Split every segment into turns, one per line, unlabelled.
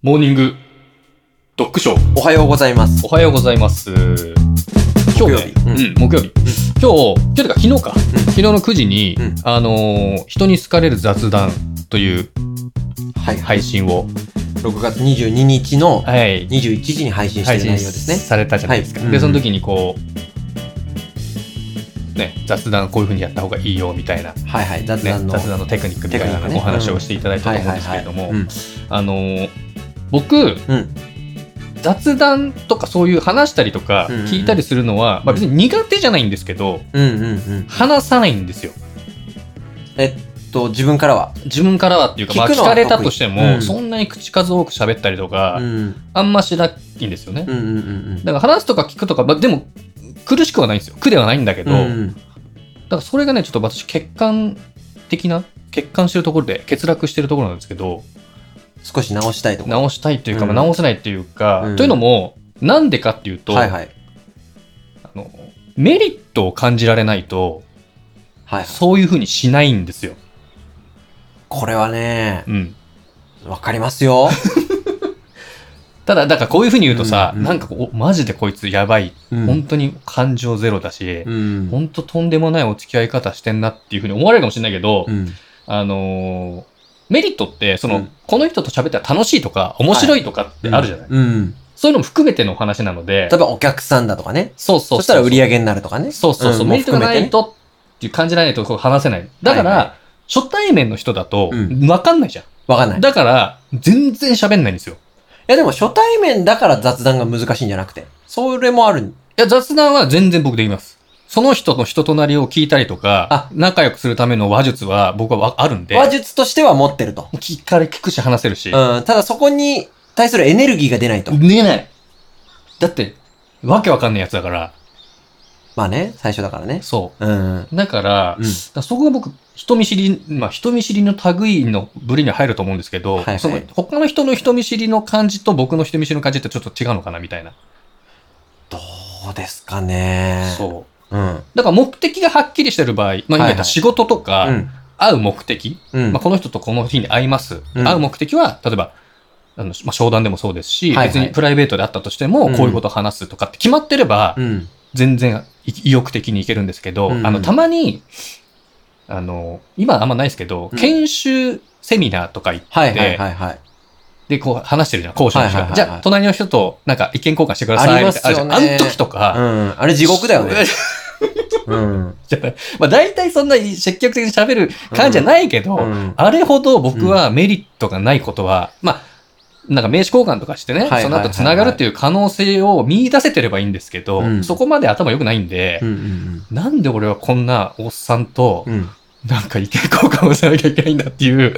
モーニングドッグショー。
おはようございます。
おはようございます。今日ね
木曜日
うん、木曜日。今日、今日というか昨日か。昨日の9時に
うん、
あのー、人に好かれる雑談という
はい、はい。
配信を、
6月22日の
はい、
21時に配信して
配
る内
信
容ですね。
されたじゃないですか。
はいうん
で、その時にこう、ね、雑談こういう風にやった方がいいよみたいな、ね、
はいはい。雑談の。
雑談のテクニックみたい
テクニッ
な
クね
お話をしていただいた
は
と
い
思うん
はい
ですけ
は
れ
い。
ども
う、ん
あのー、僕、
うん。
雑談とかそういう話したりとか
うんうん
聞いたりするのは、まあ、別に苦手じゃないんですけど
うんうんうん。
話さないんですよ
えっと、自分からは。
自分からはっていうか、まあ、
聞く
聞
のは
かれたとしても、
得意うん
そんなに口数多く喋ったりとか、
うん。うん
あんましないんですよね、
うんうんうん。
だから話すとか聞くとか、まあ、でも苦しくはないんですよ苦ではないんだけど、
う
だ
ん
からそれがねちょっと私欠陥的な欠陥してるところで欠落してるところなんですけど
少し直したいとこ
直したいというか、
うん
まあ直せないというか、
うん
というのもなんでかっていうと、
はいはい。
あのメリットを感じられないと
はい。
そういうふうにしないんですよ。
これはね、
うん。
わかります よ。
ただ、だからこういうふうに言うとさ、
うんうん
なんかこう、おマジでこいつやばい。
うん。
本当に感情ゼロだし
う、ん。
本当とんでもないお付き合い方してんなっていうふうに思われるかもしれないけど、
うん
あのーメリットって、その、
うん
この人と喋ったら楽しいとか、面白いとかってあるじゃない、
うん。
そういうのも含めてのお話なので
例え、ばお客さんだとかね。
そうそうそう
そしたら売り上げになるとかね。
そうそうそう、
うん
メリットがない
も
とっていう感じられないとこう話せない。だから、
はいは
初対面の人だと
う、
わかんないじゃん。
わかんない。い
だから、全然喋んないんですよ。
やでも初対面だから雑談が難しいんじゃなくて。それもある。
いや、雑談は全然僕できます。その人の人となりを聞いたりとか
あ、
仲良くするための話術は僕はわあるんで、
話術としては持ってると。
聞かれ聞くし話せるし、
うん、ただそこに対するエネルギーが出ないと。
寝ない。だって、わけわかんないやつだから、
まあね、最初だからね。
そ
うん。
う。だから、だか
うん
らそこが僕、人見知り、まあ人見知りの類の部類には入ると思うんですけど、
はいはい
その他の人の人見知りの感じと僕の人見知りの感じってちょっと違うのかなみたいな。
どうですかね。。
そう
うん
う。。だから目的がはっきりしてる場合、まあ今言
は
っ
いは
た
い
仕事とか、
うん。
会う目的、
うん
まあ、。この人とこの日に会います、
うん
会う目的は例えばあの、まあ、商談でもそうですし、
はいはい
別にプライベートであったとしても、
うん
こういうことを話すとかって決まってれば、
うん。
全然い意欲的にいけるんですけど、
うん
あのたまにあの今あんまないですけど、
うん
研修セミナーとか行って、
はいはいはいはい。
でこう話してるじゃん講師の人が、
はいはいはいはい
じゃあ隣の人となんか意見交換してくださいみたいな
ありますよね
あるじゃんあの時と
う
か、
ん。あれ地獄だよね。うん。
じゃない まあ、大体そんなに積極的に喋る感じじゃないけど、
うん
あれほど僕はメリットがないことは、まあ、なんか名刺交換とかしてね、
はいはいは
そ
いは
の
い
後つながるっていう可能性を見出せてればいいんですけど、
うん
そこまで頭良くないんで
うんう、ん
なんで俺はこんなおっさんと
う、ん。うん。
なんか意見交換をしなきゃいけないんだって いう、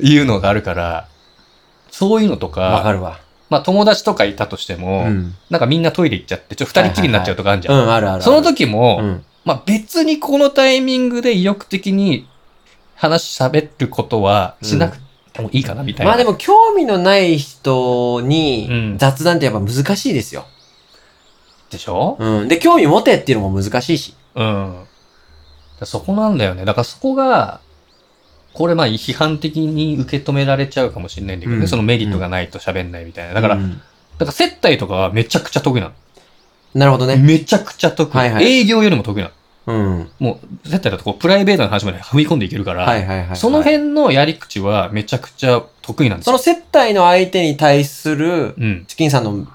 いうのがあるから、そういうのと
わ
か、
かるわ。
まあ友達とかいたとして
う
も、
ん。
なんかみんなトイレ行っちゃって、ちょっと二人きりになっちゃうとかあるじゃ。
うんん、あるあるある。
その時も、
うん。
まあ別にこのタイミングで意欲的に話し喋ることはしなくてもいいかなみたいな。
まあで
も、
も興味のない人
う
に
ん
雑談ってやっぱ難しいですよ。
でしょ
うん。で、興味持てっていうのも難しいし。
うん。だそこなんだよね。だからそこが、これまあ批判的に受け止められちゃうかもしれないんだけどね。
うん
そのメリットがないと喋んないみたいな。だから、
う
だ
ん
から接待とかはめちゃくちゃ得意な
なるほど
の。
ね。
めちゃくちゃ得意。
はいはい
営業よりも得意なの。
うん。
もう、接待だとこうプライベートの話まで踏み込んでいけるから、
はいはいはい。
その辺のやり口はめちゃくちゃ得意なんです
そ
よ。
の接待の相手に対する、
うん。
チキンさんの、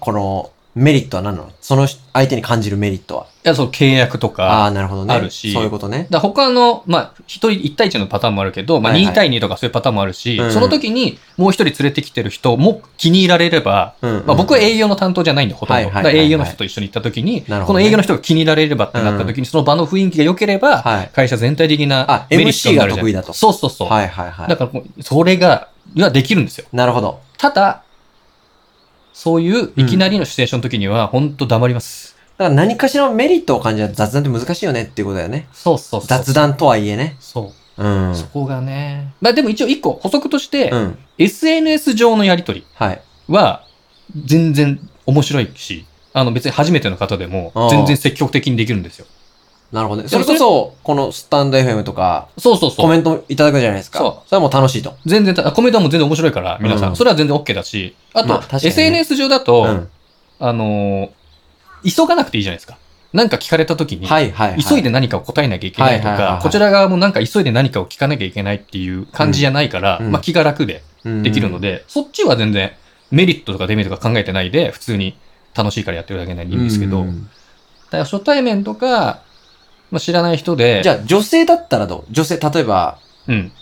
この、メリットは何なのその相手に感じるメリットは。
いや、その契約と
あ
か、
あー、なるほどね。
あるし
そういうことね。
だから他の、まあ、一人、一対一のパターンもあるけど、まあ、
はいはい
2対2とかそういうパターンもあるし、
うん
その時にもう一人連れてきてる人も気に入られれば、
うん、
まあ、僕は営
業。
業の担当じゃないんで、ほとんど。
はい
だ
は
か
い
ら
はいはい
営業の人と一緒に行った時に、
なる
こ
ほど
の
ね
営業の人が気に入られればってなった時に、その場の雰囲気が良ければ、
はい
会社全体的な
あ
メリットになるじゃん
MC が得意だと
そうそうそう。
はいはいはい。
だからこう、それが、ができるんですよ。
なるほど。
ただ、そういういきなりのシチュエーションの時には、本当黙ります。
だから何かしらのメリットを感じる雑談って難しいよねっていうことだよね。
そうそうそう。
雑談とはいえね。
そう。
うん。
そこがね。まあでも一応一個補足として、
うん。
SNS 上のやりとり
はい。
は全然面白いし、あの別に初めての方でも
ああ
全然積極的にできるんですよ。
なるほどね。それこそ、このスタンド FM とか、
そうそう
コ
そう。
メントいただくじゃないですか。
そ
それはもう楽しいと。
全然た、コメントはもう全然面白いから、皆さん。
うん
それは全然 OK だし、あと、
まあ確かにね
SNS 上だと、
うん。
あのー急がなくていいじゃないですか。なんか聞かれた時に、
はいはい、はい。
急いで何かを答えなきゃいけないと
はいはいはい
か
は、い
こちら側もなんか急いで何かを聞かなきゃいけないっていう感じじゃないから、
うん
まあ気が楽で
うん
できるので、そっちは全然メリットとかデメリットとか考えてないで、普通に楽しいからやってるだけなんでいいんですけど、
う
だから初対面とか、まあ、知らない人で、
じゃあ、女性だったらどう女性、例えば、
うん、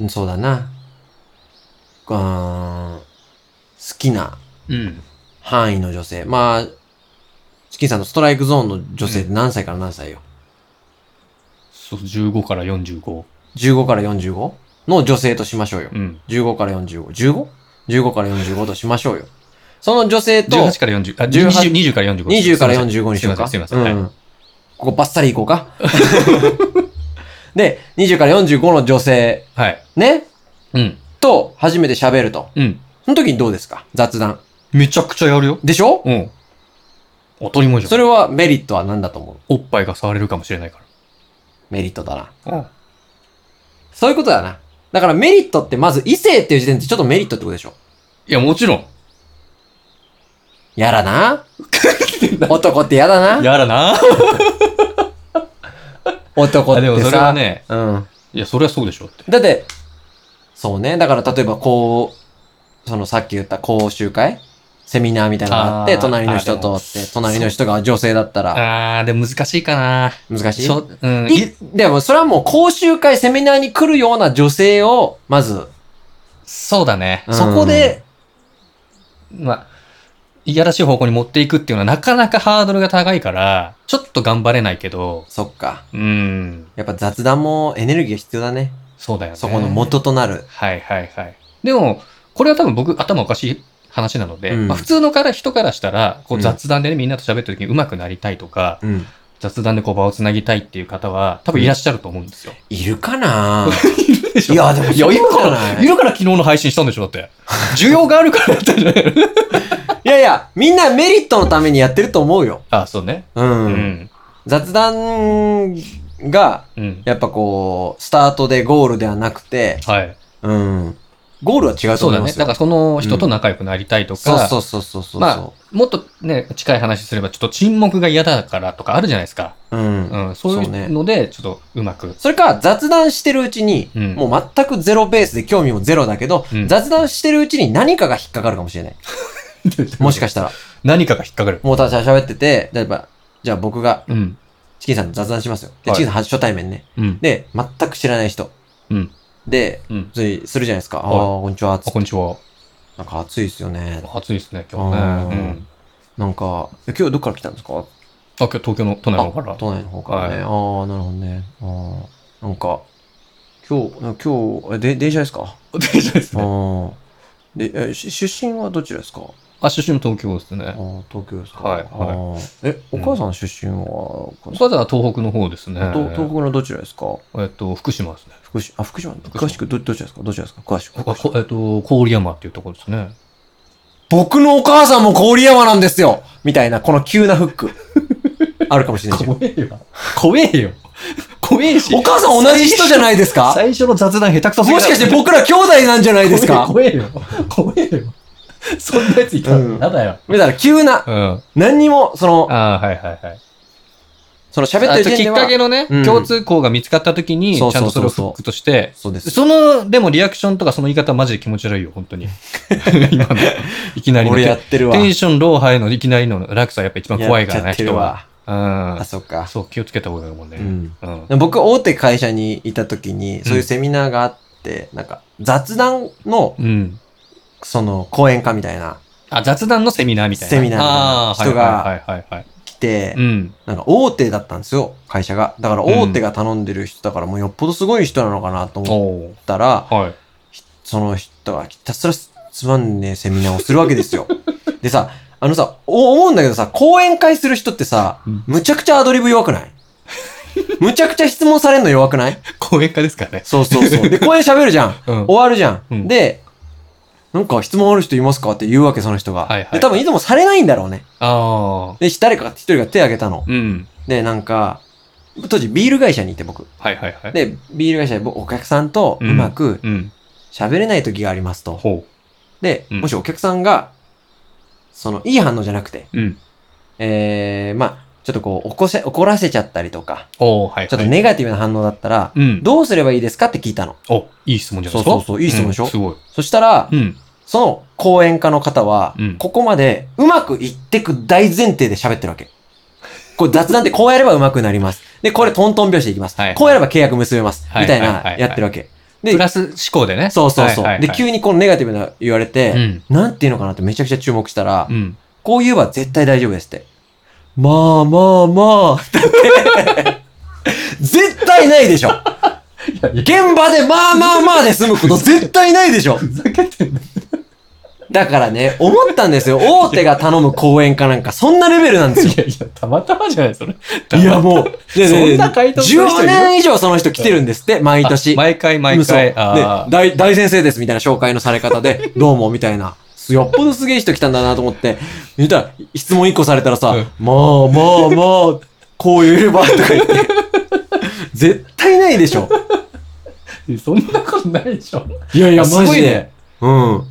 うんそうだな。うーん。好きな
うん、
範囲の女性。まあ、チキンさんのストライクゾーンの女性って何歳から何歳よ。
そう15から45、
15から 45? の女性としましょうよ。
うん、
15から45。15?15 から45としましょうよ。その女性と、
18から40、あ、
18
20, 20から45。
20から45にしようか。
すいません、すいません。は
う
い
んここバッサリいこうか。で、20から45の女性、
はい。
ね、
うん、
と初めて喋ると。
うん。
その時にどうですか雑談。
めちゃくちゃやるよ。
でしょ
うん。当たり前じゃん。
それはメリットは何だと思う
おっぱいが触れるかもしれないか
メリットだな。
ら。
そういうことだな。だからメリットってまず異性っていう時点でちょっとメリットってことでしょ
いや、もちろん。
や らな男ってやだな
やらな。
男っ
あ
て
で
さ。
もそれはね、
うん。
いや、それはそうでしょって。
だって、そうね。だから例えばこう、そのさっき言った講習会セミナーみたいなのがあっ
あ
て、
ー
隣の人
あーで
と
も
って、隣の人が女性だったら
あー、でも難しいかな。
難しい
ちょ、うん。い
いでもそれはもう講習会セミナーに来るような女性を、まず、
そうだね。
うん
そこで、まあ、いやらしい方向に持っていくっていうのはなかなかハードルが高いから、ちょっと頑張れないけど、
そっか。
うん。
やっぱ雑談もエネルギーが必要だね。
そうだよね。
そこの元となる。
はいはいはい。でも、これは多分僕頭おかしい話なので、
うん
まあ、普通のから人からしたら、こ
う
うん雑談でね、みんなと喋った時に上手くなりたいとか、
うん。
雑談でこう場をつなぎたいっていう方は、多分いらっしゃると思うんですよ。
いるかな
いる
いや、でも、
いや、いるか
な
ら、いるから昨日の配信したんでしょだって。需要があるからやったんじゃ ないの
いやいや、みんなメリットのためにやってると思うよ。
あ、そうね。
うん。
うん。
雑談が、
うん。
やっぱこう、スタートでゴールではなくて、
はい。
うん。ゴールは違うと
そう
思い
だ
ま
ね。
す
だ
よ。
からその人と仲良くなりたいと
そう
か、
そうそうそうそう。
まもっとね、近い話すれば、ちょっと沈黙が嫌だからとかあるじゃないですか。
うん。
うん。そうい
そうね
うので、ちょっとうまく。
それか、雑談してるうちに、
うん
もう全くゼロベースで興味もゼロだけど、
うん
雑談してるうちに何かが引っかかるかもしれない。もしかしたら。
何かが引っかかる。
もうただ喋ってて、例えば、じゃあ僕が、
うん。
チキンさんと雑談しますよ。で、
はい
チキンさん初対面ね。
うん。
で、全く知らない人。
うん
で、
うん。
ついするじゃないですか。ああ、
はい
こんにちは。
あ、こんにちは。
なんか暑いですよね。
暑いですね、今日ね。う
うん
ん。
なんか、え今日どっから来たんですか
あ、今日東京の都内の方から。
都内の方からね。
はい
ああ、なるほどね。ああ、なんか、今日、なんか今日、えで、電車ですか
大丈夫です
あ
ね。
あ。で、えし出身はどちらですか
あ、出身の東京です
あ
ね。
ー東京ですか。
はい
あーえ、お母さん出身は、
お母さんは東北の方ですね。
と東北のどちらですか
えっと、福島ですね。
福島、あ、福島、
福島
詳しくど、どちらですかどちらですか詳しく。
あこえっと、郡山っていうところですね。
僕のお母さんも郡山なんですよみたいな、この急なフッ ク。あるかもしれないじゃん。
えよ。怖えよ。怖えし
お母さん同じ人じゃないですか
最初の雑談下手くそ
もしかして僕ら兄弟なんじゃないですか
怖えよ。怖えよ。そんなやついた
うん
やだよ。
だから急な、
うん。あ
何にも、その、
あ、はいはいはい。
その喋っ
あ
て
と
る
き
時
っ
点で
かけ
は、
のね、
うん
共通項が見つかったときに、ち
そ
ゃ
うんそう
と
そ
そうれ
そう
をフックとして、
そうです。
その、でもリアクションとかその言い方マジで気持ち悪いよ、本 当に。今の、いきなりの。
俺や
テ
ってるわ。
ンションローハイのいきなりの落差はやっぱ一番怖いから
や
ね、
っちゃって
人
る
は。
わ。
うん
あ、。そっか。
そう、気をつけた方がいいもんね。
うん。
うん。
僕、大手会社にいた時に、そういうセミナーがあって、なんか、雑談の、
うん。
その、講演会みたいな、
あ、雑談のセミナーみたいな。
セミナーみたいな
あー
人が
はいはいはいはいはい。
来て、
うん。
なんか大手だったんですよ、会社が。だから大手が頼んでる人だから、もうよっぽどすごい人なのかなと
お
思
お
ったら、
はい。
その人がひたすらつまんねえセミナーをするわ けですよ。でさ、あのさ、お思うんだけどさ、講演会する人ってさ
うん、
むちゃくちゃアドリブ弱くないむちゃくちゃ質問されるの弱くない
講演家ですからね。
そうそうそう。で、講演喋るじゃん。
うん。
終わるじゃん。
うん
で、なんか質問ある人いますかって言うわけ、その人が。
はいはい
で、多分いつもされないんだろうね。
ああ。
で、誰か、一人が手挙げたの。
うん。
で、なんか、当時ビール会社にいて僕。
はいはいはい。
で、ビール会社で僕お客さんとう
うん
まく
うん。
喋れない時がありますと。
ほ
で、
うん
もしお客さんが、その、いい反応じゃなくて、
う。うん。
えー、まあちょっとこう、怒せ、怒らせちゃったりとか、
ほう、はいはい。
ちょっと。ネガティブな反応だったら、
うん。
どうすればいいですかって聞いたの。
お、いい質問じゃないですか。
そうそうそういい質問でしょ
うんすごい。
そしたら、
うん。
その講演家の方は
うん、
ここまでうまくいってく大前提で喋ってるわけ。これ雑談ってこうやればうまくなります。で、これトントン拍子でいきます
はい。
こうやれば契約結べます。
はい
みたい
はいはい
な
はい
やってるわけ。で
プラス思考でね。
そうそうそ。
はいうはい
で、
はい
急にこのネガティブな言われ
う
て、
ん。
なんていうのかなってめちゃくちゃ注目したら
う、ん。
こう言えば絶対大丈夫ですって。まあまあまあ、だって、 絶対ないでしょ
やいや
現場でまあまあまあで済むこと絶対ないでしょ
ふざけてんの
だからね、思ったんですよ。大手が頼む講演かなんか、そんなレベルなんですよ
い。やいや、たまたまじゃ ない、それ。
いや、もう、で
そん
ね
な回答する人い
10
る
年以上その人来てるんですって、毎年。
毎回毎
嘘
回
で。
あー
大、大先生ですみたいな紹介のされ方で、 どうもみたいな。よっぽどすげえ人来たんだなと思って、見たら、質問1個されたらさ、
うん
まあまあまあ、こう言えば、とか 言って。絶対ないでしょ。
そんなことないでしょ。
いやい
あすごいね。
うん。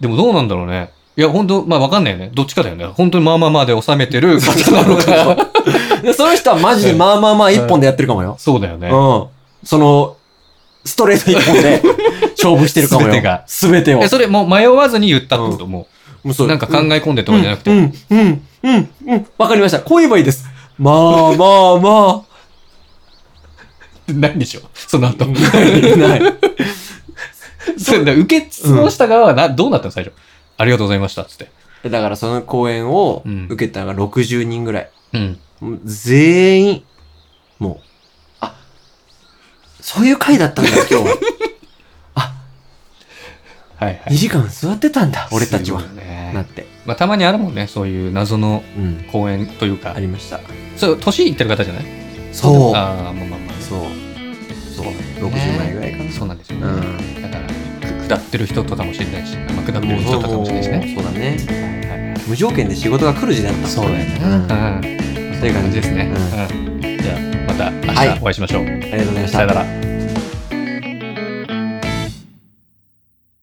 でもどうなんだろうね。いや、本当まあわかんないよね。どっちかだよね。本当にまあまあまあで収めて る方なのか。
でその人はマジでまあまあまあ一本でやってるかもよ。
そうだよね。
うん。その、ストレート一本で勝負してるかもよ。
全てが
全てを
え、。それもう迷わずに言ったってことも、
もうそう
なんか考え込んでとかじゃなくて、
うん、うん、うん、うん。わかりました。こう言えばいいです。まあまあま
ないんでしょその後
あ。。ないない。
そうだ受け質問した側はな、どうなったの最初。ありがとうございました、つって。
だからその講演を
うん
受けたのが60人ぐらい。
うん。
もう全員、もう、あ、そういう回 だったんだ、今日は。
はいは
2
い。
時間座ってたんだ、俺たちは
す。ごいね
なって。
まあ、たまにあるもんね、そういう謎の
うん。
公演というか
あ、りました。
そう、年いってる方じゃない
そう。
ああ、まあまあまあ。
そう。そう。60枚ぐらいかな。
そうなんですよ
う
ね。
ん。
だから、く下ってる人とかもしれないし、まあ、下ってる人とかもしれないしね。
そうだね。無条件で仕事が来る時代だった。
そうだよね。
うん
うん。
という感じ
ですね。
うん
うんじゃあ、また明
はい
日お会いしましょう。
ありがとうございまし
さ
た
よな。ら。